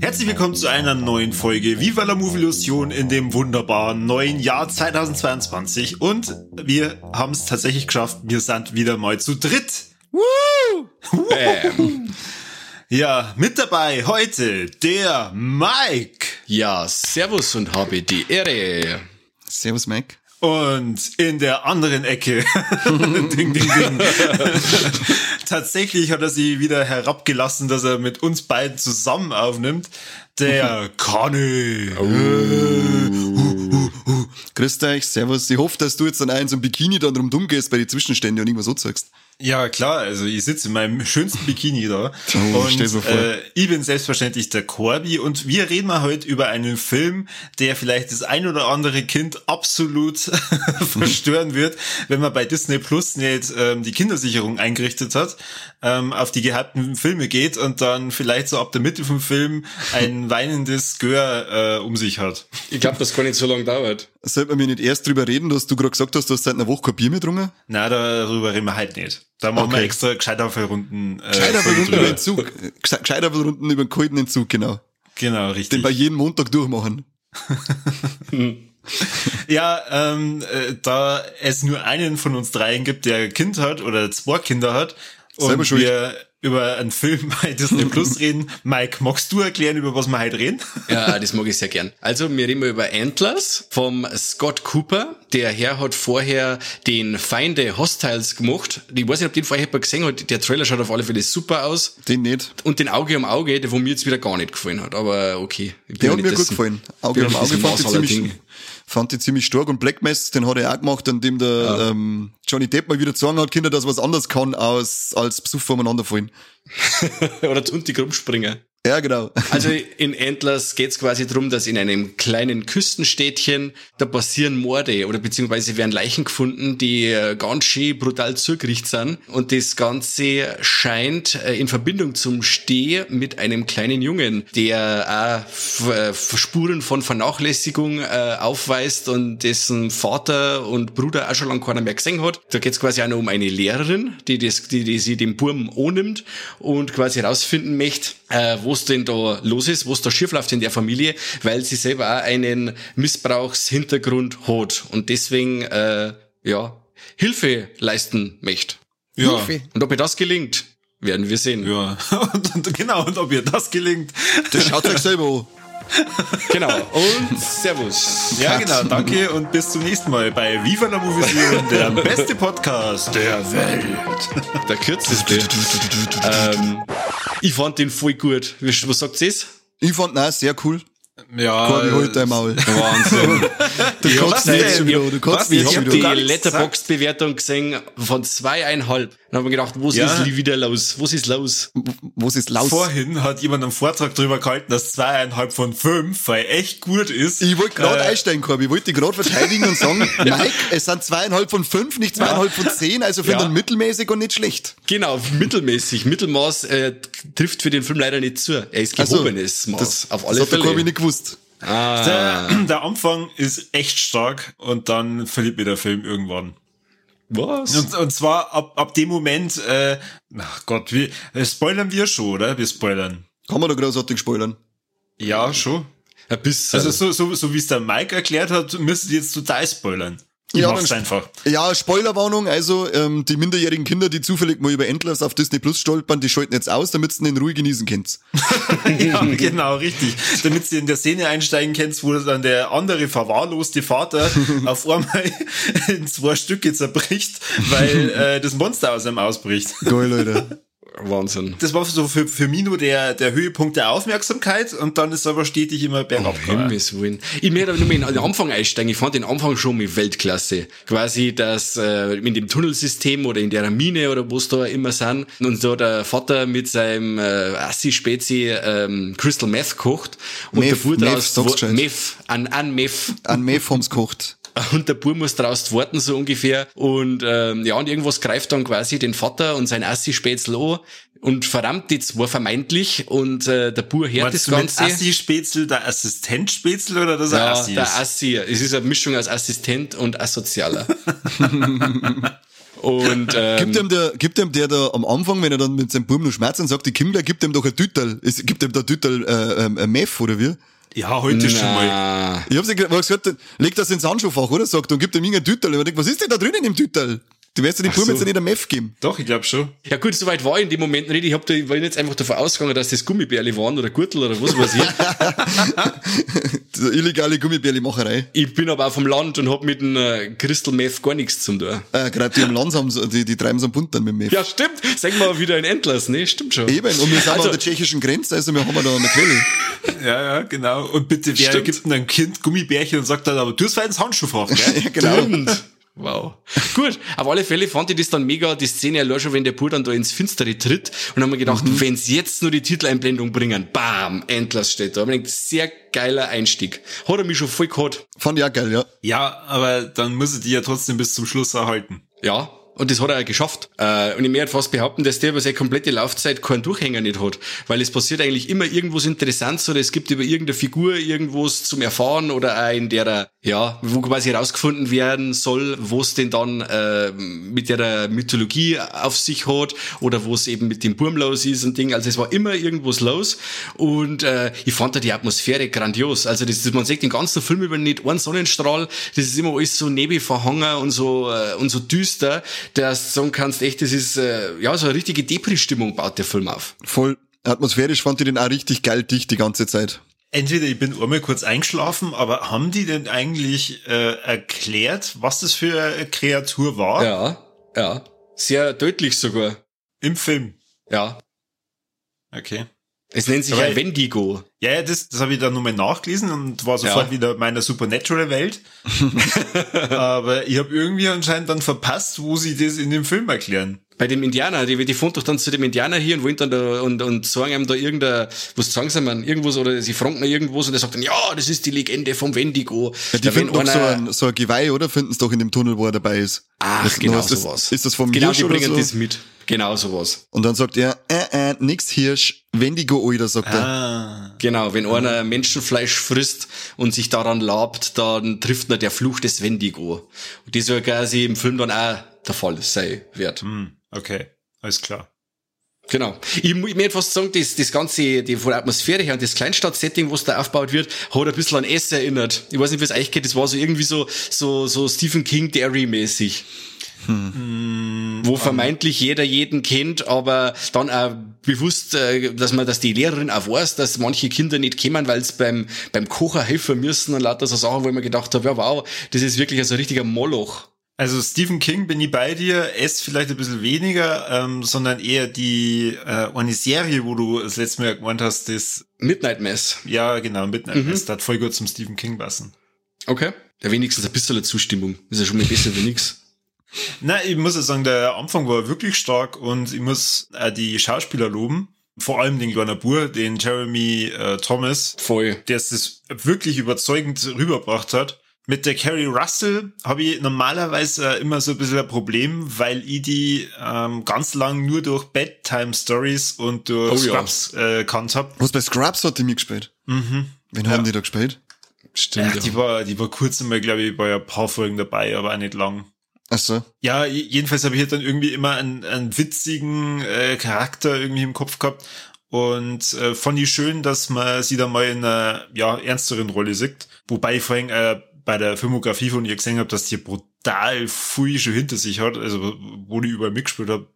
Herzlich willkommen zu einer neuen Folge Viva la Movie Illusion in dem wunderbaren neuen Jahr 2022. Und wir haben es tatsächlich geschafft. Wir sind wieder mal zu dritt. Woo! Bam. Ja, mit dabei heute der Mike Ja, servus und habe die Ehre. Servus, Mac. und in der anderen Ecke. ding, ding, ding. tatsächlich hat er sie wieder herabgelassen, dass er mit uns beiden zusammen aufnimmt. Der Conny. Grüß dich, servus. Ich hoffe, dass du jetzt dann eins im Bikini dann drum dumm gehst bei den Zwischenständen und irgendwas so zeigst. Ja, klar, also ich sitze in meinem schönsten Bikini da. Oh, und stell so vor. äh, ich bin selbstverständlich der Corby und wir reden mal heute über einen Film, der vielleicht das ein oder andere Kind absolut verstören wird, wenn man bei Disney Plus nicht ähm, die Kindersicherung eingerichtet hat, ähm, auf die gehypten Filme geht und dann vielleicht so ab der Mitte vom Film ein weinendes Gör äh, um sich hat. Ich glaube, das kann nicht so lange dauern. Sollte man mir nicht erst drüber reden, dass du gerade gesagt hast, du hast seit einer Woche kein Bier mehr getrunken? Na, darüber reden wir halt nicht. Da machen wir Okay. extra Gescheiterfallrunden. Äh, Gescheit aber Folge Runden über drüber. den Zug. Gesche- Gescheit aber Runden über den kalten Entzug, genau. Genau, richtig. Den wir jeden Montag durchmachen. Ja, ähm, äh, da es nur einen von uns dreien gibt, der ein Kind hat oder zwei Kinder hat Selber und schuld. wir über einen Film bei Disney Plus reden. Mike, magst du erklären, über was wir heute reden? Ja, das mag ich sehr gern. Also, wir reden mal über Antlers vom Scott Cooper. Der Herr hat vorher den Feinde Hostiles gemacht. Ich weiß nicht, ob den vorher jemand gesehen hat. Der Trailer schaut auf alle Fälle super aus. Den nicht. Und den Auge um Auge, der wo mir jetzt wieder gar nicht gefallen hat. Aber okay. Ich bin Der ja hat nicht mir gut dessen- gefallen. bin Auge um nicht Auge dessen fand ich ziemlich, Maßaller-Ding. fand ich ziemlich stark. Und Black Mass, den hat er auch gemacht, an dem der ähm, Johnny Depp mal wieder zu hat, Kinder, dass was anders kann, als, als Besuch voneinander fallen. Oder tuntig rumspringen. Ja, genau. Also in Endlers geht's quasi drum, dass in einem kleinen Küstenstädtchen da passieren Morde oder beziehungsweise werden Leichen gefunden, die äh, ganz schön brutal zugerichtet sind. Und das Ganze scheint äh, in Verbindung zum Steh mit einem kleinen Jungen, der auch F- äh, Spuren von Vernachlässigung äh, aufweist und dessen Vater und Bruder auch schon lange keiner mehr gesehen hat. Da geht's quasi auch noch um eine Lehrerin, die, das, die, die sie dem Burm annimmt und quasi herausfinden möchte, äh, was denn da los ist, was da schief läuft in der Familie, weil sie selber auch einen Missbrauchshintergrund hat und deswegen äh, ja Hilfe leisten möchte. Ja. Und ob ihr das gelingt, werden wir sehen. Ja. Und, und genau, und ob ihr das gelingt. Das schaut euch selber an. Genau. Und Servus. Ja, genau. Danke und bis zum nächsten Mal bei Viva la Movision, der beste Podcast der Welt. genau. Der kürzeste. ähm, ich fand den voll gut. Wisst ihr, Was sagt ihr? Ich fand ihn auch sehr cool. Ja. Gordon, halt dein Maul. Wahnsinn. Du Ja, kotzt was mich denn? jetzt schon wieder, an, du Was kotzt mich Ich denn? jetzt habe schon hab die wieder. gar an. nichts Letterbox-Bewertung gesehen von zweieinhalb. Dann habe ich mir gedacht, was Ja. ist wieder los? Was ist los? Was ist laus? Vorhin hat jemand einen Vortrag drüber gehalten, dass zweieinhalb von fünf, weil echt gut ist. Ich wollte gerade Äh, einsteigen, Corby. Ich wollte dich gerade verteidigen und sagen, Mike, es sind zweieinhalb von fünf, nicht zweieinhalb von zehn, also für Ja. den mittelmäßig und nicht schlecht. Genau, mittelmäßig. Mittelmaß äh, trifft für den Film leider nicht zu. Er ist Also, gehobenes Maß. das, auf alle das hat der Corby Fälle. nicht gewusst. Der, der Anfang ist echt stark und dann verliert mir der Film irgendwann. Was? Und, und zwar ab, ab dem Moment, äh, ach Gott, wie, äh, spoilern wir schon, oder? Wir spoilern. Kann man da großartig spoilern. Ja, schon. Ein bisschen. Also so, so, so wie es der Mike erklärt hat, müsst ihr jetzt total spoilern. Ich Ja, mach's dann- einfach. Ja, Spoilerwarnung, also ähm, die minderjährigen Kinder, die zufällig mal über Endlers auf Disney Plus stolpern, die schalten jetzt aus, damit sie den in Ruhe genießen könnt. ja, genau, richtig. Damit ihr in der Szene einsteigen könnt, wo dann der andere verwahrloste Vater auf einmal in zwei Stücke zerbricht, weil äh, das Monster aus ihm ausbricht. Geil, Leute. äh, Wahnsinn. das war so für, für Mino der, der Höhepunkt der Aufmerksamkeit und dann ist aber stetig immer bergab. gegangen. Himmels Willen. Ich möchte aber nur mal in den Anfang einsteigen. Ich fand den Anfang schon mit Weltklasse. Quasi, dass äh, in dem Tunnelsystem oder in der Mine oder wo es da immer sind und so der Vater mit seinem äh, Assi-Spezi ähm, Crystal Meth kocht und Meth, der Bruder Meth, aus sag's wo- gescheit. Meth, an, an Meth. An Mev haben's gekocht. und der Bub muss draus warten, so ungefähr. Und ähm, ja, und irgendwas greift dann quasi den Vater und sein Assi-Spätzl an und verrammt die zwei vermeintlich und äh, der Bub hört das Meinst du mit Ganze. Assi-Spätzl, der Assistent-Spätzl oder das ja, Assi der ist? Assi. Es ist eine Mischung aus Assistent und Asozialer. und ähm, Gibt ihm der, gibt ihm der da am Anfang, wenn er dann mit seinem Buben noch Schmerzen sagt, die Kimmler gibt ihm doch ein Tüttel. Es gibt ihm da Tüttel, äh, ähm, ein Meth, oder wie? ja, heute schon mal. na, Ich hab's nicht ge- ich hab gesagt, leg das ins Handschuhfach, oder? Sagt, er, und gibt ihm irgendein Tüttel. Und ich denk, was ist denn da drinnen im Tüttel? Du wirst ja den Buben so. jetzt nicht ein Meth geben. Doch, ich glaube schon. Ja gut, soweit war ich in dem Moment noch nicht. Ich hab da, ich war jetzt einfach davon ausgegangen, dass das Gummibärle waren oder Gürtel oder was weiß ich. Diese illegale Gummibärli-Macherei. ich bin aber auch vom Land und hab mit dem äh, Crystal Meth gar nichts zum tun. Äh, gerade die am Land haben, so- die, die treiben so einen Bund dann mit dem Meth. Ja, stimmt. Sagen wir wieder in Endless, ne? Stimmt schon. Eben, und wir sind Also- an der tschechischen Grenze, also wir haben da eine Quelle. Ja, ja, genau. Und bitte, wer Stimmt. gibt denn einem Kind Gummibärchen und sagt dann, aber du hast ins Handschuhfach, gell? ja, genau. Stimmt. Wow. Gut, auf alle Fälle fand ich das dann mega, die Szene allein schon, wenn der Bub dann da ins Finstere tritt und haben mir gedacht, Mhm. wenn's jetzt nur die Titeleinblendung bringen, bam, Endless steht da. Aber ich denk, sehr geiler Einstieg. Hat er mich schon voll gehabt. Fand ich auch geil, ja. ja, aber dann muss ich die ja trotzdem bis zum Schluss erhalten. Ja, und das hat er auch geschafft. Äh, und ich möchte fast behaupten, dass der über seine komplette Laufzeit keinen Durchhänger nicht hat. Weil es passiert eigentlich immer irgendwas Interessantes oder es gibt über irgendeine Figur irgendwas zum Erfahren oder auch in der, ja, wo quasi herausgefunden werden soll, wo es denn dann äh, mit der Mythologie auf sich hat oder wo es eben mit dem Burm los ist und Ding. Also es war immer irgendwas los und äh, ich fand da die Atmosphäre grandios. Also das, das, man sieht den ganzen Film über nicht einen Sonnenstrahl, das ist immer alles so nebelverhangen und so äh, und so düster, dass du sagen kannst, echt, das ist äh, ja so eine richtige Depri-Stimmung baut der Film auf. Voll atmosphärisch fand ich den auch richtig geil dicht die ganze Zeit. Entweder ich bin einmal kurz eingeschlafen, aber haben die denn eigentlich äh, erklärt, was das für eine Kreatur war Ja, ja. Sehr deutlich sogar. im Film? Ja. Okay. Es nennt sich Aber- ja Wendigo. Ja, ja, das, das habe ich dann nochmal nachgelesen und war sofort Ja. wieder in meiner Supernatural-Welt. aber ich habe irgendwie anscheinend dann verpasst, wo sie das in dem Film erklären. Bei dem Indianer, die, die fahren doch dann zu dem Indianer hier und wollen dann da und, und sagen ihm da irgendein, was sagen sie ihm, irgendwas oder sie franken irgendwas und er sagt dann, ja, das ist die Legende vom Wendigo. Ja, die Da, wenn finden doch so einer- ein, so ein Geweih, oder? Finden es doch in dem Tunnel, wo er dabei ist. Ach, Das- genau ist das, sowas. Ist das vom Genau, Hirsch die oder bringen so? das mit. Genau sowas. Und dann sagt er, äh, äh, nix Hirsch, Wendigo Oida, sagt er. Ah. Genau, wenn einer Menschenfleisch frisst und sich daran labt, dann trifft er der Fluch des Wendigo. Und das soll quasi im Film dann auch der Fall sein wird. Hm, okay, alles klar. Genau. Ich, mu- ich möchte fast sagen, das, das ganze, die von der Atmosphäre her und das Kleinstadt-Setting, was da aufgebaut wird, hat ein bisschen an S erinnert. Ich weiß nicht, wie es euch geht, das war so irgendwie so, so, so Stephen King Derry-mäßig. Wo vermeintlich jeder jeden kennt, aber dann auch bewusst, äh, dass man, dass die Lehrerin auch weiß, dass manche Kinder nicht kämen, weil es beim, beim Kocher helfen müssen und lauter so Sachen, wo ich mir gedacht habe, ja wow, das ist wirklich so ein richtiger Moloch. Also Stephen King bin ich bei dir, es vielleicht ein bisschen weniger, ähm, sondern eher die äh, eine Serie, wo du das letzte Mal gemeint hast, das, Midnight Mass. ja genau, Midnight Mass, das hat voll gut zum Stephen King passen. Okay. Ja, wenigstens ein bisschen Zustimmung. Ist ja schon mal besser wie nix. Na, ich muss ja sagen, der Anfang war wirklich stark und ich muss äh, die Schauspieler loben. Vor allem den kleinen Bur, den Jeremy äh, Thomas, Voll. der es das wirklich überzeugend rüberbracht hat. Mit der Carrie Russell habe ich normalerweise äh, immer so ein bisschen ein Problem, weil ich die ähm, ganz lang nur durch Bedtime Stories und durch Oh ja. Scrubs äh, kannt habe. Was bei Scrubs hat die mitgespielt? Mhm. Wen haben die da gespielt? Stimmt. Die war, die war kurz einmal, glaube ich, bei ein paar Folgen dabei, aber auch nicht lang. Ach so. Ja, j- jedenfalls habe ich halt dann irgendwie immer einen, einen witzigen äh, Charakter irgendwie im Kopf gehabt und äh, fand ich schön, dass man sie dann mal in einer ja, ernsteren Rolle sieht. Wobei ich vorhin äh, bei der Filmografie von ihr gesehen habe, dass die brutal viel schon hinter sich hat, also wo die überall mitgespielt hat.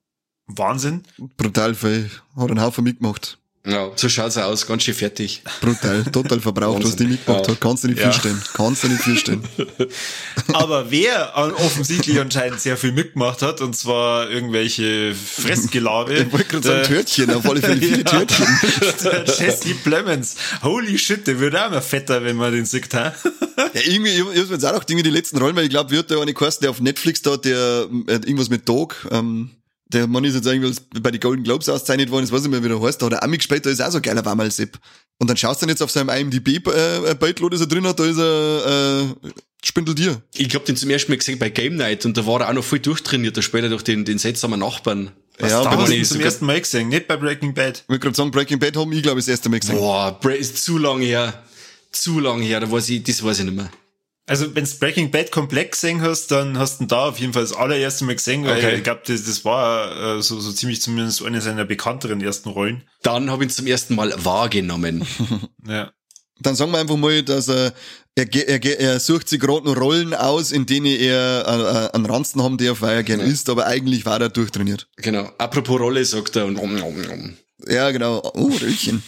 Wahnsinn. Brutal viel. Hat einen Haufen mitgemacht. Ja, so schaut's auch aus, ganz schön fertig. Brutal. Total verbraucht, was die Wahnsinn. mitgemacht Ja. hat. Kannst du nicht Ja. viel stehen. Kannst du nicht viel stehen. Aber wer an- offensichtlich anscheinend sehr viel mitgemacht hat, und zwar irgendwelche Fressgelabe. Ich wollte gerade sagen, der- Törtchen, auf alle Fälle viele Ja. Törtchen. Der Jesse Plemons. Holy shit, der wird auch mal fetter, wenn man den sieht, ha? Ja, irgendwie, ich, ich hab's mir jetzt auch gedacht, irgendwie die letzten Rollen, weil ich glaube, wird der eine Kosten, der auf Netflix da, der äh, hat irgendwas mit Dog, ähm, der Mann ist jetzt irgendwie als- bei den Golden Globes ausgezeichnet worden, jetzt weiß ich nicht mehr, wie der heißt, da hat er auch mitgespielt, da ist auch so ein geiler Wammelsepp. Und dann schaust du dann jetzt auf seinem imdb äh, beitlot das er drin hat, da ist er, äh, Spindel dir. Ich glaube, den zum ersten Mal gesehen bei Game Night und da war er auch noch voll durchtrainiert, da später durch den, den seltsamen Nachbarn. Was ja, da bei hast Bonnie du ihn ist zum sogar- ersten Mal gesehen, nicht bei Breaking Bad. Ich würde gerade sagen, Breaking Bad haben ich, glaube ich, das erste Mal gesehen. Boah, Bra- ist zu lang her. Zu lang her, da weiß ich, das weiß ich nicht mehr. Also wenns Breaking Bad komplett gesehen hast, dann hast du ihn da auf jeden Fall das allererste Mal gesehen, weil Okay. ich glaube, das, das war äh, so, so ziemlich zumindest eine seiner bekannteren ersten Rollen. Dann habe ich ihn zum ersten Mal wahrgenommen. Ja. Dann sagen wir einfach mal, dass er, er, ge- er, ge- er sucht sich gerade noch Rollen aus, in denen er äh, äh, einen Ranzen haben darf, weil er gern isst, aber eigentlich war er durchtrainiert. genau. Apropos Rolle, sagt er. Und nom, nom, nom. Ja, genau. Oh, Röllchen.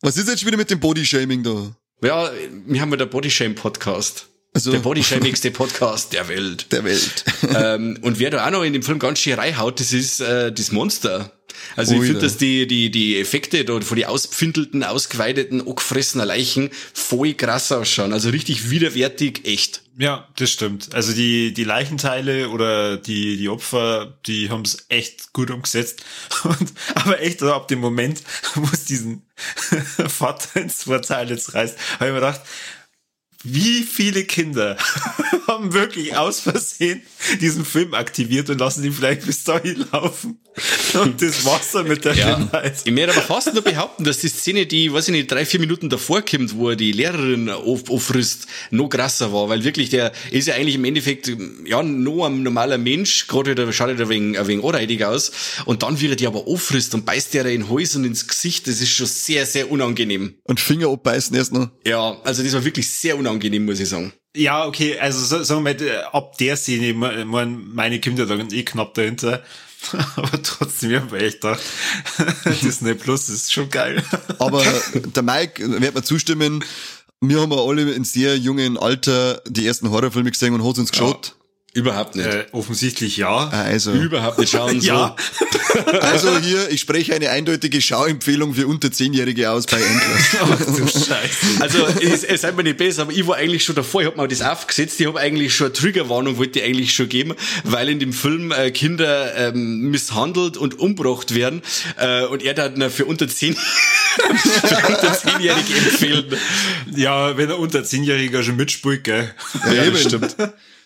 Was ist jetzt schon wieder mit dem Bodyshaming da? Ja, wir haben ja der Bodyshame-Podcast. Also- Der bodyshame-igste Podcast der Welt. Der Welt. ähm, und wer da auch noch in dem Film ganz schön reinhaut, das ist äh, das Monster. Also ich Ui, finde, da. dass die, die, die Effekte dort von den auspfindelten, ausgeweideten, angefressenen Leichen voll krass ausschauen. Also richtig widerwärtig, echt. Ja, das stimmt. Also die, die Leichenteile oder die, die Opfer, die haben's echt gut umgesetzt. Und, aber echt also ab dem Moment, wo es diesen Vater ins Vorteil jetzt reißt, habe ich mir gedacht, wie viele Kinder haben wirklich aus Versehen diesen Film aktiviert und lassen ihn vielleicht bis dahin laufen. Und das war's dann mit der Ja. Kindheit. Ich möchte aber fast nur behaupten, dass die Szene, die, weiß ich nicht, drei, vier Minuten davor kommt, wo er die Lehrerin auf- auffrisst, noch krasser war, weil wirklich der ist ja eigentlich im Endeffekt, ja, noch ein normaler Mensch, gerade der schaut er ein wenig, ein wenig anreidig aus, und dann wird er die aber auffrisst und beißt der in den Hals und ins Gesicht, das ist schon sehr, sehr unangenehm. Und Finger abbeißen erst noch. Ja, also das war wirklich sehr unangenehm, muss ich sagen. Ja, okay, also so- sagen wir mal, d- ab der Szene, ich mein, meine Kinder lagen eh knapp dahinter. Aber trotzdem, ich hab mir echt gedacht, Disney Plus ist schon geil. Aber der Mike, wird mir zustimmen, wir haben ja alle in sehr jungen Alter die ersten Horrorfilme gesehen und hat uns geschaut. Überhaupt nicht. Äh, offensichtlich ja. Ah, Also, Überhaupt nicht schauen so. Ja, also hier, ich spreche eine eindeutige Schauempfehlung für unter 10-Jährige aus bei Endless. du Scheiße. Also, es, es seid mir nicht besser, aber ich war eigentlich schon davor, ich hab mir das aufgesetzt, ich hab eigentlich schon eine Triggerwarnung, wollte ich eigentlich schon geben, weil in dem Film äh, Kinder ähm, misshandelt und umgebracht werden äh, und er dann äh, für unter 10 für unter 10-Jährige empfehlen. Ja, wenn er unter Zehnjähriger schon mitspielt, gell. Ja, das eben. stimmt.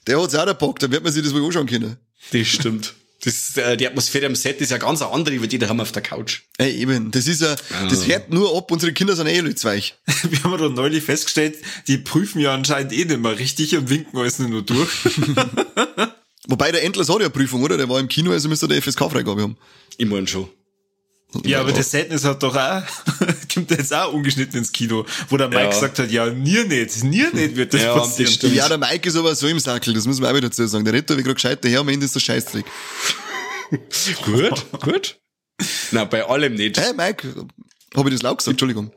Der hat's auch der Bock, dann wird man sich das wohl anschauen können. Das stimmt. Das, äh, die Atmosphäre am Set ist ja ganz eine andere, wie die da haben wir auf der Couch. Ey, eben, das ist ja, Ah. das hört nur ab, unsere Kinder sind eh alle zweich. Wir haben ja doch neulich festgestellt, die prüfen ja anscheinend eh nicht mehr richtig und winken alles nur noch durch. Wobei der Endless hat ja eine Prüfung, oder? Der war im Kino, also müsste der FSK-Freigabe haben. Ich mein schon. Ja, aber das Sadness hat doch auch, kommt jetzt auch ungeschnitten ins Kino, wo der Mike Ja. gesagt hat, ja, nie nicht, nie nicht wird das Ja, das passieren. stimmt. Ja, der Mike ist aber so im Sackel, das müssen wir auch wieder dazu sagen. Der redet da wie gerade gescheit daher, am Ende ist der Scheißtrick. Gut, gut. Na, bei allem nicht. Hey, Mike, habe ich das laut gesagt? Entschuldigung.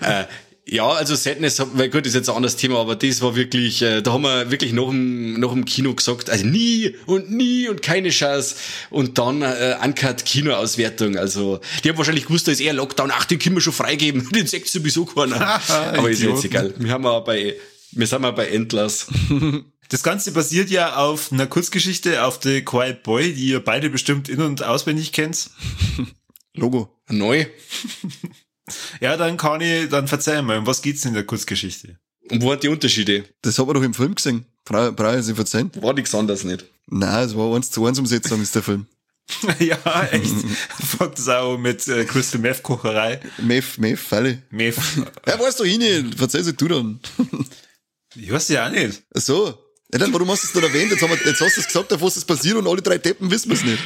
äh, ja, also Sadness, hab- weil gut, ist jetzt ein anderes Thema, aber das war wirklich, äh, da haben wir wirklich noch im, noch im Kino gesagt, also nie und nie und keine Chance. Und dann äh, Uncut Kinoauswertung. Also die haben wahrscheinlich gewusst, da ist eher Lockdown, ach, den können wir schon freigeben, den seht sowieso keiner. aber ist jetzt Idioten. egal. Wir haben auch bei, wir sind mal bei Endless. Das Ganze basiert ja auf einer Kurzgeschichte, auf The Quiet Boy, die ihr beide bestimmt in- und auswendig kennt. Logo. Neu. Ja, dann kann ich, dann verzeih mal, um was geht's denn in der Kurzgeschichte? Und wo waren die Unterschiede? Das hat man doch im Film gesehen. Bra- Brauche ich Sie verzeihen? War nichts anderes nicht. Nein, es war eins zu eins Umsetzung, ist der Film. ja, echt. Fuck das auch mit äh, Crystal Meth Kocherei. Mef, Mef, Falle. Meth. Ja, weißt du, hin, verzeih sie du dann. Ich weiß ja auch nicht. Ach So. Ja, dann, warum hast du es dann erwähnt? Jetzt, haben wir, jetzt hast du es gesagt, auf was es passiert und alle drei Deppen wissen wir es nicht.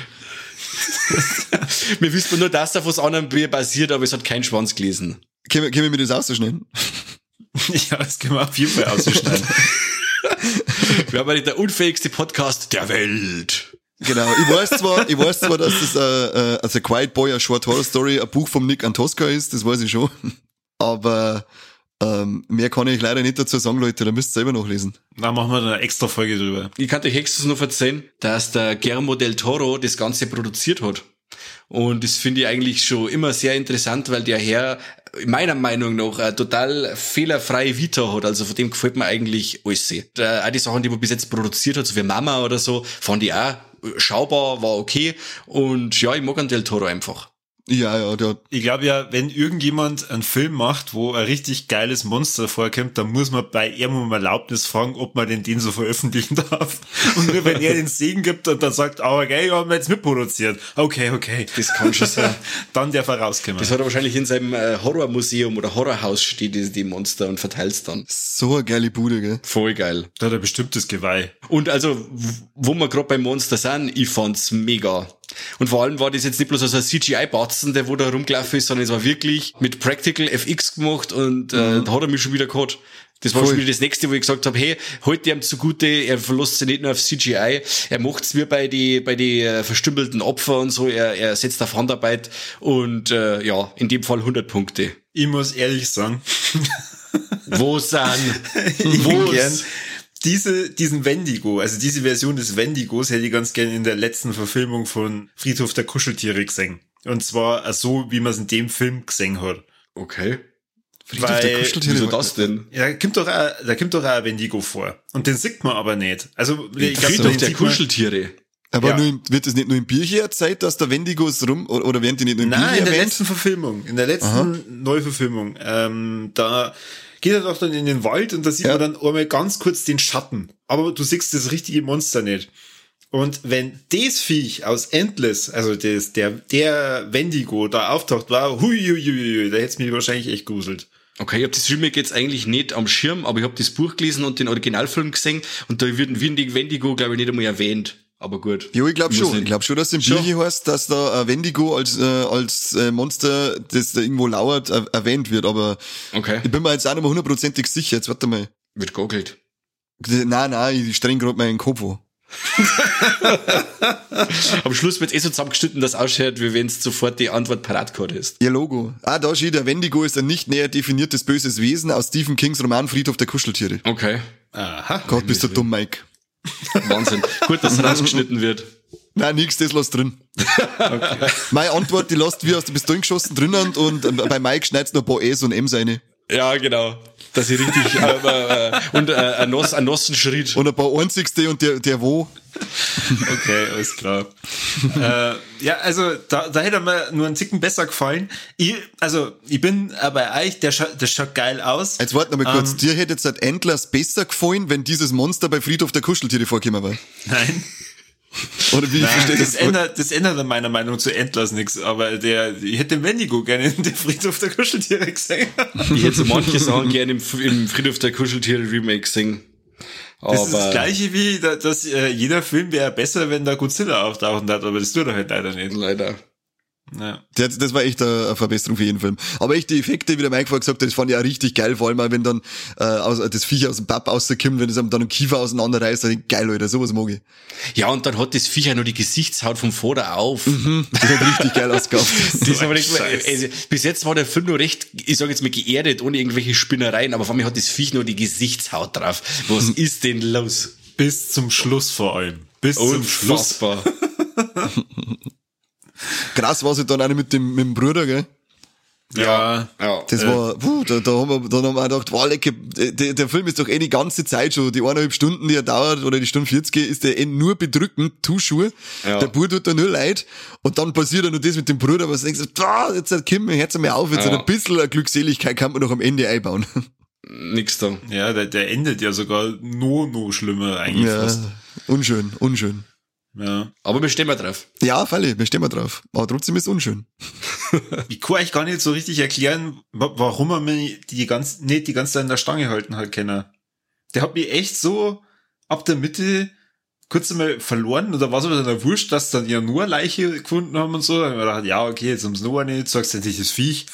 Wir wissen nur, dass auf was anderem Bier basiert, aber es hat keinen Schwanz gelesen. Können wir- können wir mir das auszuschneiden? ja, das können wir auf jeden Fall ausschneiden. Wir haben ja nicht der unfähigste Podcast der Welt. Genau, ich weiß zwar, ich weiß zwar, dass das äh, äh, also Quiet Boy, a Short Horror Story, ein Buch vom Nick Antoska ist, das weiß ich schon. Aber ähm, mehr kann ich leider nicht dazu sagen, Leute, da müsst ihr selber nachlesen. dann machen wir da eine extra Folge drüber. Ich kann euch höchstens nur erzählen, dass der Guillermo del Toro das Ganze produziert hat. Und das finde ich eigentlich schon immer sehr interessant, weil der Herr meiner Meinung nach eine total fehlerfreie Vita hat. Also von dem gefällt mir eigentlich alles. sehr. Da, auch die Sachen, die man bis jetzt produziert hat, so wie Mama oder so, fand ich auch schaubar, war okay. Und ja, ich mag einen del Toro einfach. Ja, ja, der, Ich glaube ja, wenn irgendjemand einen Film macht, wo ein richtig geiles Monster vorkommt, dann muss man bei ihm um Erlaubnis fragen, ob man den, den so veröffentlichen darf. Und nur wenn er den Segen gibt und dann sagt, aber geil, haben wir jetzt mitproduziert. Okay, okay. Das kann schon sein. Dann darf er rauskommen. Das hat er wahrscheinlich in seinem äh, Horrormuseum oder Horrorhaus steht die, die Monster und verteilt's dann. so eine geile Bude, gell? Voll geil. Da hat er bestimmtes Geweih. Und also, w- wo wir gerade beim Monster sind, ich fand's mega. Und vor allem war das jetzt nicht bloß so ein CGI-Batzen, der wo da rumgelaufen ist, sondern es war wirklich mit Practical FX gemacht und äh, Mhm. da hat er mich schon wieder gehabt. Das war schon wieder das nächste, wo ich gesagt habe, hey, heute ihm zugute, er verlässt sich nicht nur auf CGI, er macht's wie bei die bei die äh, verstümmelten Opfer und so, er, er setzt auf Handarbeit und äh, ja, in dem Fall 100 Punkte. Ich muss ehrlich sagen, Wo sind? ich Wo's? bin gern diese, diesen Wendigo, also diese Version des Wendigos hätte ich ganz gern in der letzten Verfilmung von Friedhof der Kuscheltiere gesehen. Und zwar so, wie man es in dem Film gesehen hat. Okay. Friedhof Weil- der Kuscheltiere. Wieso das denn? Ja, da kommt doch auch, da kommt doch auch ein Wendigo vor. Und den sieht man aber nicht. Also, ich glaub, Friedhof den der sieht man- Kuscheltiere. Aber Ja. nur im, wird es nicht nur im Bierchen erzählt, dass der Wendigos rum, oder, oder werden die nicht nur im Nein, in Bierchen der erwähnt? letzten Verfilmung, in der letzten Aha. Neuverfilmung, ähm, da geht er doch dann in den Wald und da sieht Ja. man dann einmal ganz kurz den Schatten. Aber du siehst das richtige Monster nicht. Und wenn das Viech aus Endless, also das, der, der Wendigo da auftaucht, war, hui, hui, hui, hui, da hätte es mich wahrscheinlich echt gruselt. Okay, ich habe das Remake jetzt eigentlich nicht am Schirm, aber ich habe das Buch gelesen und den Originalfilm gesehen und da wird ein Windig Wendigo, glaube ich, nicht einmal erwähnt. Aber gut. Jo, ich glaube Muss schon. nicht. Ich glaube schon, dass es im Bierchen heißt, dass da ein Wendigo als, äh, als äh, Monster, das da irgendwo lauert, er, erwähnt wird. Aber Okay. ich bin mir jetzt auch nicht mehr hundertprozentig sicher. Jetzt warte mal. Wird googelt. Nein, nein, ich streng gerade meinen Kopf an. Am Schluss wird eh so zusammengeschnitten, dass ausschaut, wie wenn es sofort die Antwort parat gehabt ist. Ihr Logo. Ah, da steht, der Wendigo ist ein nicht näher definiertes böses Wesen aus Stephen Kings Roman Friedhof der Kuscheltiere. Okay. Aha. Gott, bist du dumm, Mike. Wahnsinn. gut, dass rausgeschnitten wird. Nein, nix, das lässt drin. Meine Antwort, die lässt wir aus der Pistole geschossen drinnen und bei Mike schneidest du noch ein paar S und M's eine. Ja, genau. Dass ich richtig äh, äh, und äh, ein Noss, ein Nossenschritt. Und ein paar einzigste und der, der wo. Okay, alles klar. äh, ja, also da, da hätte mir nur einen Ticken besser gefallen. Ich, also ich bin aber bei euch, der, scha der schaut geil aus. Jetzt warte noch mal kurz. Ähm. Dir hätte jetzt das Endlers besser gefallen, wenn dieses Monster bei Friedhof der Kuscheltiere vorgekommen war. Nein. Oder wie ich verstehe das, das? ändert, das ändert an meiner Meinung zu Endlers nichts, aber der, ich hätte den Wendigo gerne in den Friedhof der Kuscheltiere gesehen. Ich hätte so manche Sachen gerne im, F- im Friedhof der Kuscheltiere Remake singen. Aber Das ist das gleiche wie, da- dass äh, jeder Film wäre besser, wenn da Godzilla auftauchen hat, aber das tut er halt leider nicht. leider. Ja. Das, das war echt eine Verbesserung für jeden Film. Aber echt die Effekte, wie der Mike vorher gesagt hat, das fand ich auch richtig geil. Vor allem auch, wenn dann äh, aus, das Viech aus dem Papp rauskommt, wenn es einem dann einen Kiefer auseinanderreißt. dann denk ich, Geil, Alter, sowas mag ich. Ja, und dann hat das Viech ja nur die Gesichtshaut vom Vorder auf. Das hat richtig geil ausgehabt. Das So ein aber nicht, Scheiß. also, bis jetzt war der Film nur recht, ich sage jetzt mal geerdet, ohne irgendwelche Spinnereien, aber vor allem hat das Viech nur die Gesichtshaut drauf. Was Hm. ist denn los? Bis zum Schluss vor allem. Bis zum Schluss. Unfassbar. Krass war es halt dann auch mit dem, mit dem Bruder, gell? Ja. Ja. Das war, puh, da, da haben wir, dann haben wir auch gedacht, wow, lecker, der, der Film ist doch eh die ganze Zeit schon, die eineinhalb Stunden, die er dauert, oder die Stunde 40, ist der eh nur bedrückend, Tuschuhe. Ja. Der Bruder tut da nur leid. Und dann passiert ja noch das mit dem Bruder, was du denkst, boah, jetzt hat Kim, hört's mir auf, jetzt Ja. hat ein bisschen eine Glückseligkeit kann man noch am Ende einbauen. Nix da. Ja, der, der endet ja sogar no, no schlimmer eigentlich Ja. fast. Unschön, unschön. Ja. Aber wir stehen mal drauf. Ja, Falle, wir stehen mal drauf. Aber trotzdem ist es unschön. Ich kann euch gar nicht so richtig erklären, wa- warum er mich die ganz, nicht die ganze Zeit in der Stange halten hat können. Der hat mich echt so ab der Mitte kurz einmal verloren und da war es aber dann wurscht, dass dann ja nur Leiche gefunden haben und so. Da hab ich mir gedacht, ja, okay, jetzt haben sie nur eine, sagst endlich das Viech.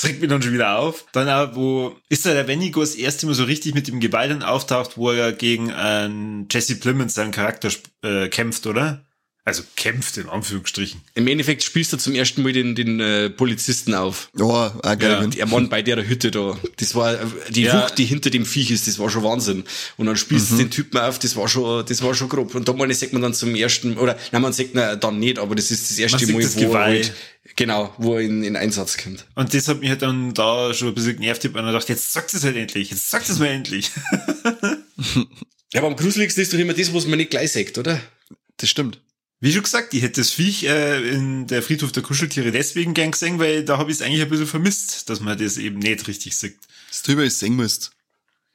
Das regt mich dann schon wieder auf. Dann auch, wo ist da der Wendigo das erste Mal so richtig mit dem Gewalt dann auftaucht, wo er gegen einen Jesse Plemons seinen Charakter sp- äh, kämpft, oder? Also kämpft in Anführungsstrichen. Im Endeffekt spielst du zum ersten Mal den, den äh, Polizisten auf. Ja, auch geil. Der Mann bei der Hütte da. Das war äh, die Ja. Wucht, die hinter dem Viech ist, das war schon Wahnsinn. Und dann spielst du den Typen auf, das war schon, das war schon grob. Und da meine sagt man dann zum ersten, oder nein, man sagt na, dann nicht, aber das ist das erste sieht Mal, das wo er Geweih. halt, genau, wo er in, in Einsatz kommt. Und das hat mich halt dann da schon ein bisschen genervt, weil ich mir dachte, jetzt sagt es halt endlich, jetzt sagt es mir endlich. Ja, aber am gruseligsten ist doch immer das, was man nicht gleich sagt, oder? Das stimmt. Wie schon gesagt, ich hätte das Viech äh, in der Friedhof der Kuscheltiere deswegen gern gesehen, weil da habe ich es eigentlich ein bisschen vermisst, dass man das eben nicht richtig sieht. Das drüber ist sehen musst.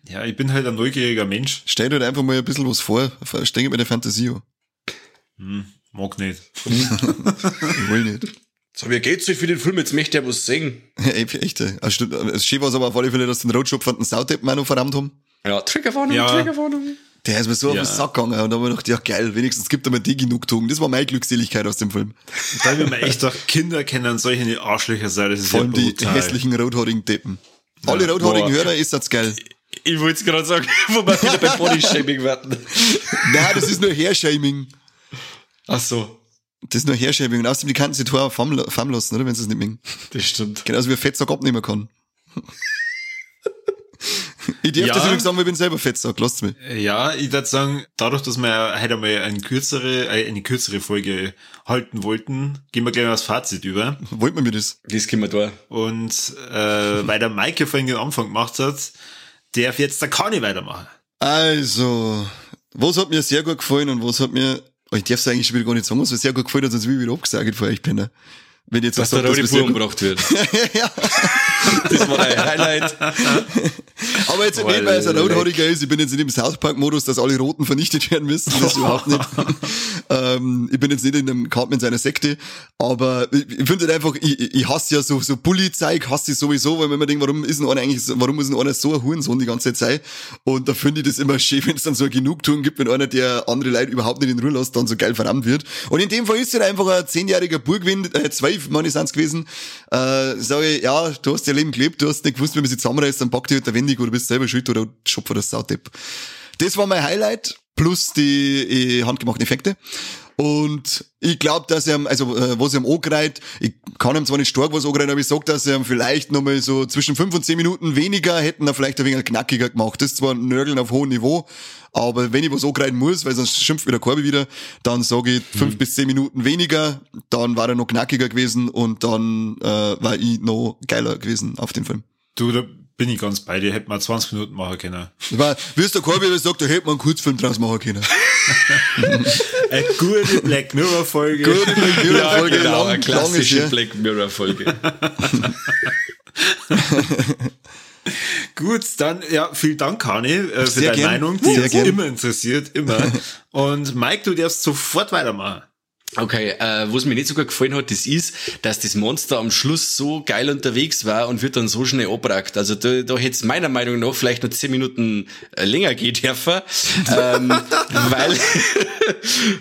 Ja, ich bin halt ein neugieriger Mensch. Stell dir halt einfach mal ein bisschen was vor. Stell dir mal der Fantasie an. Hm, mag nicht. Ich will nicht. So, wie geht's euch für den Film? Jetzt möchte ich ja was singen. Echt, echt. ey. Also, stimmt, es schön war es aber auf alle Fälle, dass den Roadshop von den Soundtape auch noch verrammt haben. Ja, Triggerwarnung, Ja. Triggerwarnung. Der ist mir so Ja. auf den Sack gegangen und da habe ich gedacht, ja geil, wenigstens gibt er mir die Genugtuung. Das war meine Glückseligkeit aus dem Film. Da hab ich mir echt gedacht, Kinder können solche Arschlöcher sein, das ist Vor ja allem die brutal. hässlichen rothaarigen Deppen. Alle rothaarigen boah. Hörer ist das geil. Ich wollte es gerade sagen, wo wir wieder bei Bodyshaming werden. Nein, das ist nur Hairshaming. Ach so, Das ist nur Hairshaming. Und außerdem, die kannst du die Tore fahren lassen, oder? Wenn sie es nicht mögen. das stimmt. Genauso wie ein Fettsack abnehmen kann. ich darf Ja. das übrigens sagen, weil ich bin selber Fettsack. Lasst mich. Ja, ich würde sagen, dadurch, dass wir ja heute einmal eine kürzere, äh, eine kürzere Folge halten wollten, gehen wir gleich mal das Fazit über. Wollt man mir das? Das können wir da. Und äh, weil der Maike vorhin den Anfang gemacht hat, darf jetzt der Kani weitermachen. Also, was hat mir sehr gut gefallen und was hat mir, oh, ich darf es eigentlich schon wieder gar nicht sagen, was mir sehr gut gefallen hat, sonst will ich wieder abgesagt vor euch bin. ne? Wenn ich jetzt Dass sag, der rote mir sehr Pur gut- umgebracht wird. ja, Das war dein Highlight. aber jetzt nicht, weil es ein Leck. Rothoriger ist. Ich bin jetzt in dem South Park-Modus, dass alle Roten vernichtet werden müssen. Das überhaupt nicht. ähm, ich bin jetzt nicht in dem Cartman seiner Sekte, aber ich, ich finde halt einfach, ich, ich- ich hasse ja so, so Bully-Zeug, hasse ich sowieso, weil wenn man denkt, warum ist denn einer eigentlich, so- warum muss denn einer so ein Hurensohn die ganze Zeit sein? Und da finde ich das immer schön, wenn es dann so eine Genugtuung gibt, wenn einer, der andere Leute überhaupt nicht in Ruhe lässt, dann so geil verrammt wird. Und in dem Fall ist halt einfach ein zehnjähriger Bub gewesen, äh, zwölf Mann ist es gewesen, äh, sage ich, ja, du hast dein Leben gelebt, du hast nicht gewusst, wie man sich zusammenreißt, dann packt dich halt der Wendig oder bist selber schuld oder Schopfer das Sautepp. Das war mein Highlight, plus die äh, handgemachten Effekte. Und ich glaube, dass er, also äh, was er ihm angereiht, ich kann ihm zwar nicht stark was angereiht, aber ich sag, dass er ihm vielleicht nochmal so zwischen fünf und zehn Minuten weniger hätten er vielleicht ein wenig knackiger gemacht. Das ist zwar ein Nörgeln auf hohem Niveau, aber wenn ich was angereihen muss, weil sonst schimpft wieder Korbi wieder, dann sage ich Mhm. fünf bis zehn Minuten weniger, dann war er noch knackiger gewesen und dann äh, war ich noch geiler gewesen auf den Film. Du, da bin ich ganz bei dir, hätte man 20 Minuten machen können. Ich war, wie es der Korbi immer sagt, da hätte man einen Kurzfilm draus machen können. Eine gute Black Mirror Folge. Gute Black Mirror Ja, Folge, genau, lang- eine lang klassische ist hier. Black Mirror Folge. Gut, dann ja, vielen Dank, Kani, äh, für Sehr deine gern. Meinung, die Sehr uns gern. immer interessiert, immer. Und Mike, du darfst sofort weitermachen. Okay, äh, was mir nicht so gut gefallen hat, das ist, dass das Monster am Schluss so geil unterwegs war und wird dann so schnell abbrackt. Also da, da hätte es meiner Meinung nach vielleicht noch zehn Minuten äh, länger gehen dürfen, ähm, weil,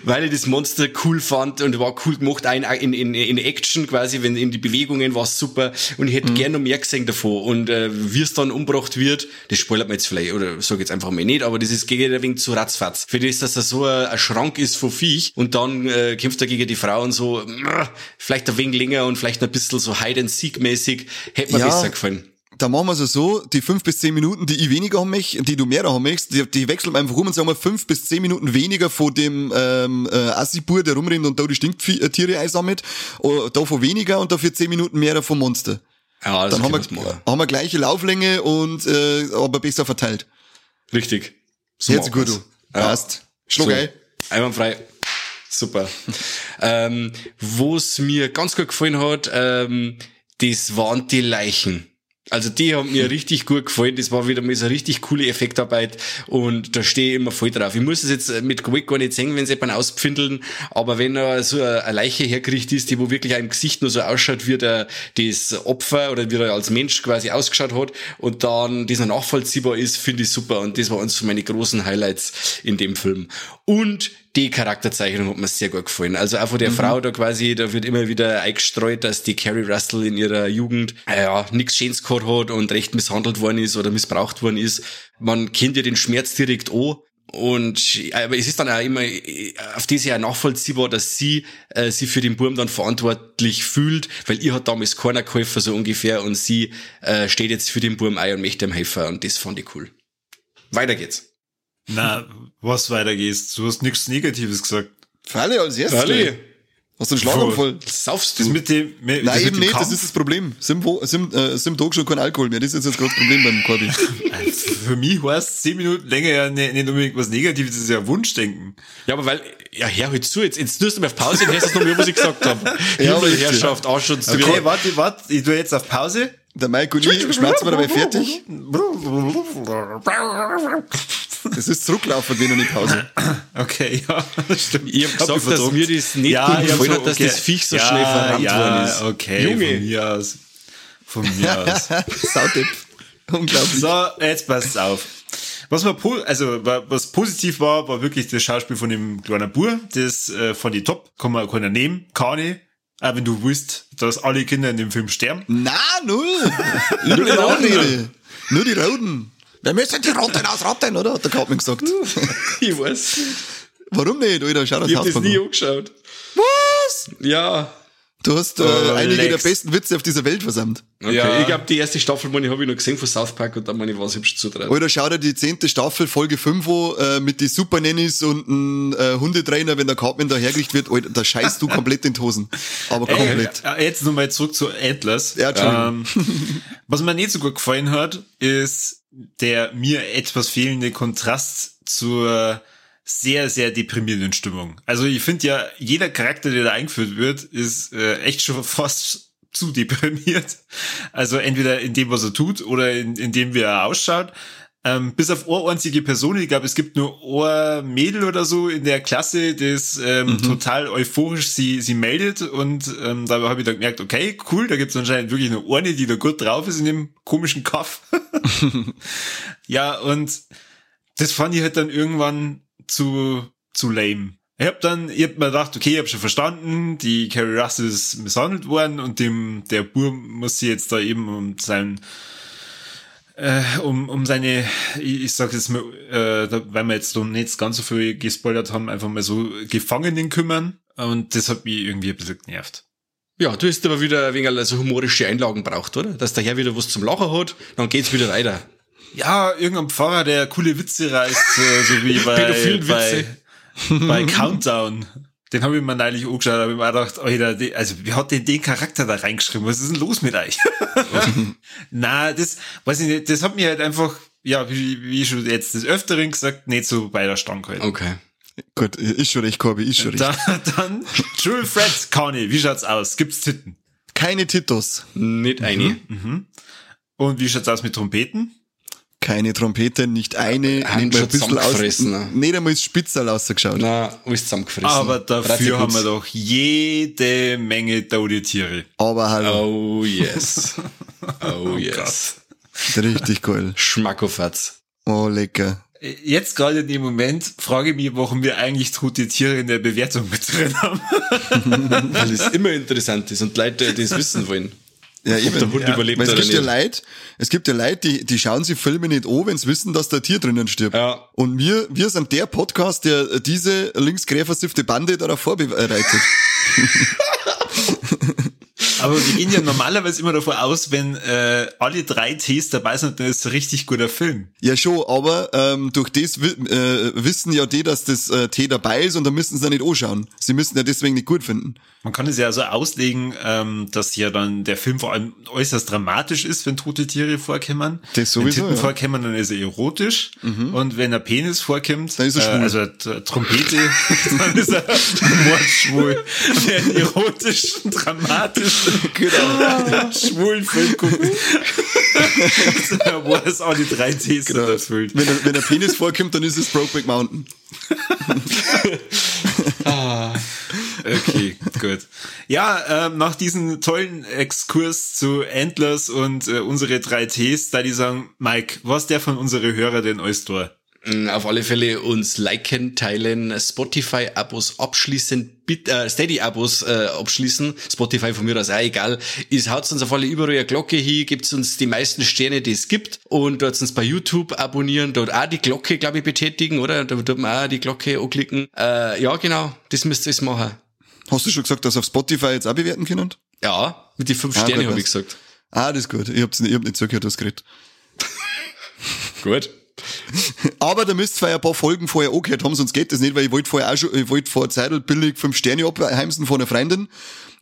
weil ich das Monster cool fand und war cool gemacht, auch in, in, in, in Action quasi, wenn in die Bewegungen war super und ich hätte Mhm. gern noch mehr gesehen davon und äh, wie es dann umgebracht wird, das spoilert man jetzt vielleicht oder sage jetzt einfach mal nicht, aber das ist gegen wegen zu ratzfatz. Für das, dass er so ein, ein Schrank ist vor Viech und dann äh, kämpft er gegen die Frau und so, mrr, vielleicht ein wenig länger und vielleicht ein bisschen so Hide-and-Seek-mäßig, hätte mir Ja. besser gefallen. Da machen wir es so, die fünf bis zehn Minuten, die ich weniger haben mich, die du mehr haben möchtest, die, die wechseln wir einfach rum und sagen wir fünf bis zehn Minuten weniger von dem ähm, äh, Assibur, der rumrennt und da die Stinktiere einsammelt, oh, davon weniger und dafür zehn Minuten mehr vom Monster. Ja, das Dann haben können wir's wir, machen. haben wir gleiche Lauflänge und äh, aber besser verteilt. Richtig. So Sehr gut, machen du. wir's. Ja. Passt. Schluck So. ein. Einwandfrei. Super. ähm, Wo es mir ganz gut gefallen hat, ähm, das waren die Leichen. Also die haben mir richtig gut gefallen. Das war wieder mal so eine richtig coole Effektarbeit und da stehe ich immer voll drauf. Ich muss es jetzt mit Quick gar nicht sehen, wenn sie jemanden auspfindeln, aber wenn da so eine Leiche hergerichtet ist, die wo wirklich einem Gesicht nur so ausschaut, wie der, das Opfer oder wie er als Mensch quasi ausgeschaut hat und dann dieser nachvollziehbar ist, finde ich super und das war eins von meinen großen Highlights in dem Film. Und die Charakterzeichnung hat mir sehr gut gefallen. Also auch von der Frau da quasi, da wird immer wieder eingestreut, dass die Carrie Russell in ihrer Jugend äh, ja, nichts Schönes gehabt hat und recht misshandelt worden ist oder missbraucht worden ist. Man kennt ja den Schmerz direkt an. Und aber es ist dann auch immer äh, auf diese ja nachvollziehbar, dass sie äh, sie für den Burm dann verantwortlich fühlt, weil ihr hat damals keiner geholfen, so ungefähr, und sie äh, steht jetzt für den Burm ein und möchte ihm helfen. Und das fand ich cool. Weiter geht's. Na, was weitergehst? Du hast nichts Negatives gesagt. Falle als erstes. Hast du einen Schlaganfall? Saufst Das du? mit dem, mit, Nein, mit eben dem nicht, Kampf. das ist das Problem. Sim, wo- Sim, äh, Sim Dog schon kein Alkohol mehr, das ist jetzt das große Problem beim Corby. Äh, Für mich heißt zehn Minuten länger ja nicht nicht unbedingt was Negatives, das ist ja Wunschdenken. Ja, aber weil, ja, hör halt zu, jetzt, jetzt tust du mir auf Pause und hörst das noch mehr, was ich gesagt habe. Ja, aber aber richtig. Herrschaft, Ausschuss, Also Okay, okay. warte, warte, ich tu jetzt auf Pause. Der Mike und ich schmerzen wir dabei fertig. Das ist Zurücklaufen, wenn noch nicht Pause. Okay, ja, stimmt. Ich hab gesagt, dass verdruckt. mir das nicht ja, gut ich hab gefallen so, hat, dass okay. das Viech so ja, schnell verrammt ja, worden ist. Okay, Junge. von mir aus. Von mir aus. Sautipp. Unglaublich. So, jetzt passt auf. Was, man, po- also, wa- was positiv war, war wirklich das Schauspiel von dem kleinen Bur. Das äh, fand ich top. Kann man keiner nehmen. Kann ich. Auch wenn du willst, dass alle Kinder in dem Film sterben. Na, null. Nur die Roten. Nur die Roten. Wir müssen die Roten ausrotten, oder? Hat der Cartman gesagt. Ich weiß. Warum nicht, Alter? Schau das Ich hab Haus das nie angeschaut. Was? Ja. Du hast äh, Oh, einige der relax. besten Witze auf dieser Welt versammelt. Okay. Ja. Ich glaube, die erste Staffel meine ich, habe ich noch gesehen von South Park und dann meine ich, was hübsch zutraut. Oder schau dir die zehnte Staffel, Folge 5 an, äh, mit die Supernannies und ein äh, Hundetrainer, wenn der Cartman da hergerichtet wird, Alter, da scheißt du komplett in die Hosen. Aber komplett. Ja, äh, jetzt nochmal zurück zu Atlas. Ja, Entschuldigung. Ähm, was mir nicht so gut gefallen hat, ist der mir etwas fehlende Kontrast zur sehr, sehr deprimierenden Stimmung. Also ich finde ja, jeder Charakter, der da eingeführt wird, ist äh, echt schon fast zu deprimiert. Also entweder in dem, was er tut oder in, in dem, wie er ausschaut. Ähm, bis auf eine einzige Person, ich glaube, es gibt nur ein Mädel oder so in der Klasse, das ähm, total euphorisch sie, sie meldet und ähm, dabei habe ich dann gemerkt, okay, cool, da gibt es anscheinend wirklich eine Urne, die da gut drauf ist in dem komischen Kaff. ja, und das fand ich halt dann irgendwann zu, zu lame. Ich hab dann, ich hab mir gedacht, okay, ich hab schon verstanden, die Carrie Russell ist misshandelt worden und dem, der Bur muss sie jetzt da eben um seinen um, um seine, ich, ich sag jetzt mal, äh, da, weil wir jetzt noch nicht ganz so viel gespoilert haben, einfach mal so Gefangenen kümmern. Und das hat mich irgendwie ein bisschen genervt. Ja, du hast aber wieder ein wenig so humorische Einlagen braucht, oder? Dass der Herr wieder was zum Lachen hat, dann geht's wieder weiter. Ja, irgendein Pfarrer, der coole Witze reißt, äh, so wie bei, bei, Pädophilenwitze. bei Countdown. Den habe ich mir neulich angeschaut, habe ich mir auch gedacht, Alter, die- also wer hat denn den Charakter da reingeschrieben? Was ist denn los mit euch? Na, das, weiß ich nicht, das hat mir halt einfach, ja, wie, wie schon jetzt des Öfteren gesagt, nicht so bei der Stange gehalten. Okay. Gut, ist schon recht, Corby, ist schon recht. Da, dann True Threats, Conny, wie schaut's aus? Gibt's Titten? Keine Titos, Nicht eine. Und wie schaut's aus mit Trompeten? keine Trompete, nicht eine, Haben nicht mal schon ein bisschen aus, zusammengefressen, ne? nicht einmal das Spitzerl rausgeschaut. Na, alles zusammengefressen. Aber Bratwurst. dafür haben wir doch jede Menge Tiere. Aber hallo, Oh yes. Oh yes. richtig cool. Schmackofatz. Oh, lecker. Äh, Jetzt gerade in dem Moment frage ich mich, warum wir eigentlich tote Tiere in der Bewertung mit drin haben. Weil es immer interessant ist und Leute das wissen wollen. Ja, Ob der eben. Hund überlebt Weil es oder gibt ja nicht. Leute, es gibt ja Leute, die, die schauen sich Filme nicht an, wenn sie wissen, dass da ein Tier drinnen stirbt. Ja. Und wir, wir sind der Podcast, der diese linksgräversiffte Bande darauf vorbereitet. Aber wir gehen ja normalerweise immer davon aus, wenn äh, alle drei Ts dabei sind, dann ist es ein richtig guter Film. ja schon, aber ähm, durch das wi- äh, wissen ja die, dass das äh, Tee dabei ist und dann müssen sie ja nicht anschauen. Sie müssen ja deswegen nicht gut finden. Man kann es ja so auslegen, ähm, dass ja dann der Film vor allem äußerst dramatisch ist, wenn tote Tiere vorkämmern. Das sowieso, Wenn Titten ja. Mhm. vorkämmern, dann ist er erotisch. Und wenn er Penis vorkämmt, Dann ist er schwul. Äh, also äh, Trompete, dann ist er mordschwul. Wer einen erotischen, dramatischen, genau. schwulen Film guckt, wo es auch die drei Ts genau. erfüllt. Wenn, der- wenn der Penis vorkommt, dann ist es Brokeback Mountain. Okay, gut. Ja, ähm, nach diesem tollen Exkurs zu Endless und äh, unsere drei Ts, da die sagen, Mike, was der von unsere Hörer denn alles tun? Mm, Auf alle Fälle uns liken, teilen, Spotify-Abos abschließen, bit- äh, Steady-Abos äh, abschließen, Spotify von mir aus auch egal. Ist haut uns auf alle überall eine Glocke hin, gibt's uns die meisten Sterne, die es gibt und dort uns bei YouTube abonnieren, dort auch die Glocke, glaube ich, betätigen, oder? Da tut man auch die Glocke anklicken. Äh, ja, genau, das müsst ihr jetzt machen. Hast du schon gesagt, dass ihr auf Spotify jetzt auch bewerten können? Ja, mit die fünf Ah, Sterne gut, habe ich was- gesagt. Ah, das ist gut. Ich hab's nicht, ich hab nicht zugehört, was geredet. Gut. Aber da müsst ihr ein paar Folgen vorher angehört haben, sonst geht das nicht, weil ich wollte vorher auch schon, ich wollte vor Zeitl billig fünf Sterne abheimsen von einer Freundin.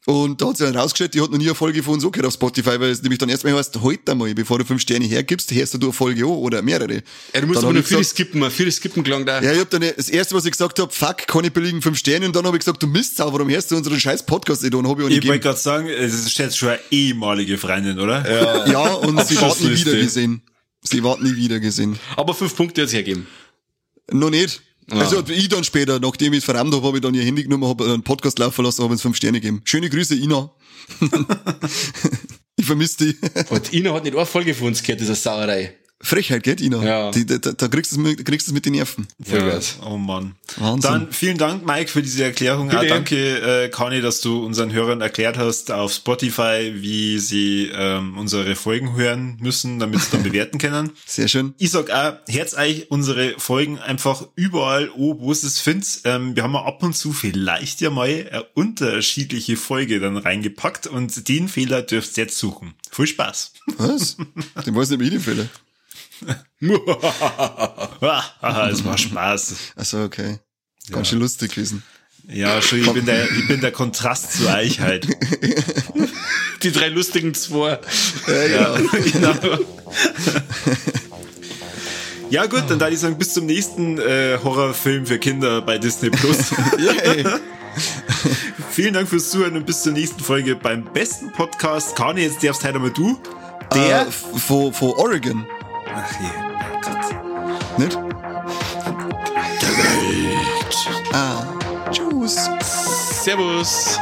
Und da hat sie dann rausgestellt, die hat noch nie eine Folge von uns angehört auf Spotify, weil es nämlich dann erstmal heißt, halt einmal, bevor du fünf Sterne hergibst, hörst du eine Folge an oder mehrere. Ja, du musst Dann aber hab nur ich viele gesagt- skippen, viele skippen klang da. Ja, ich hab dann das erste, was ich gesagt hab, fuck, kann ich billigen fünf Sterne. Und dann hab ich gesagt, du Mistsau, warum hörst du unseren scheiß Podcast nicht an? Hab ich auch nicht Ich wollte gegeben. gerade sagen, es ist jetzt schon eine ehemalige Freundin, oder? Ja. Ja, und sie war nie Abschlussliste. wieder gesehen. Sie war nie wieder gesehen. Aber fünf Punkte jetzt hergeben. Noch nicht. Ah. Also ich dann später, nachdem ich es verrammt habe, habe ich dann ihr Handy genommen, habe einen Podcast laufen lassen, habe uns fünf Sterne gegeben. Schöne Grüße, Ina. ich vermisse die. Und Ina hat nicht eine Folge von uns gehört, dieser Sauerei. Frechheit, gell, Ina? Ja. Die, da, da da kriegst du es mit, kriegst du's mit den Nerven. Vollgas. Oh Mann. Wahnsinn. Dann vielen Dank, Mike, für diese Erklärung. Auch Bitte. danke, äh, Conny, dass du unseren Hörern erklärt hast auf Spotify, wie sie ähm, unsere Folgen hören müssen, damit sie dann bewerten können. Sehr schön. Ich sag auch, herz euch unsere Folgen einfach überall, oh, wo es es findet. Ähm, wir haben ja ab und zu vielleicht ja mal eine unterschiedliche Folge dann reingepackt und den Fehler dürft ihr jetzt suchen. Viel Spaß. Was? Den weiß nicht mehr ich den Fehler. Haha, es war Spaß. Achso, okay. Ganz schön lustig gewesen. Ja, schon, ich bin der, ich bin der Kontrast zu euch halt. Die drei lustigen zwei. Ja, ja. genau. Ja gut, dann darf ich sagen, bis zum nächsten äh, Horrorfilm für Kinder bei Disney Plus. Yay. Vielen Dank fürs Zuhören und bis zur nächsten Folge beim besten Podcast. Kani, jetzt darfst heute mal du. Der? Äh, von, von Oregon, Ach je, oh Gott. nicht? Der Welt. Ah. Tschüss. Servus.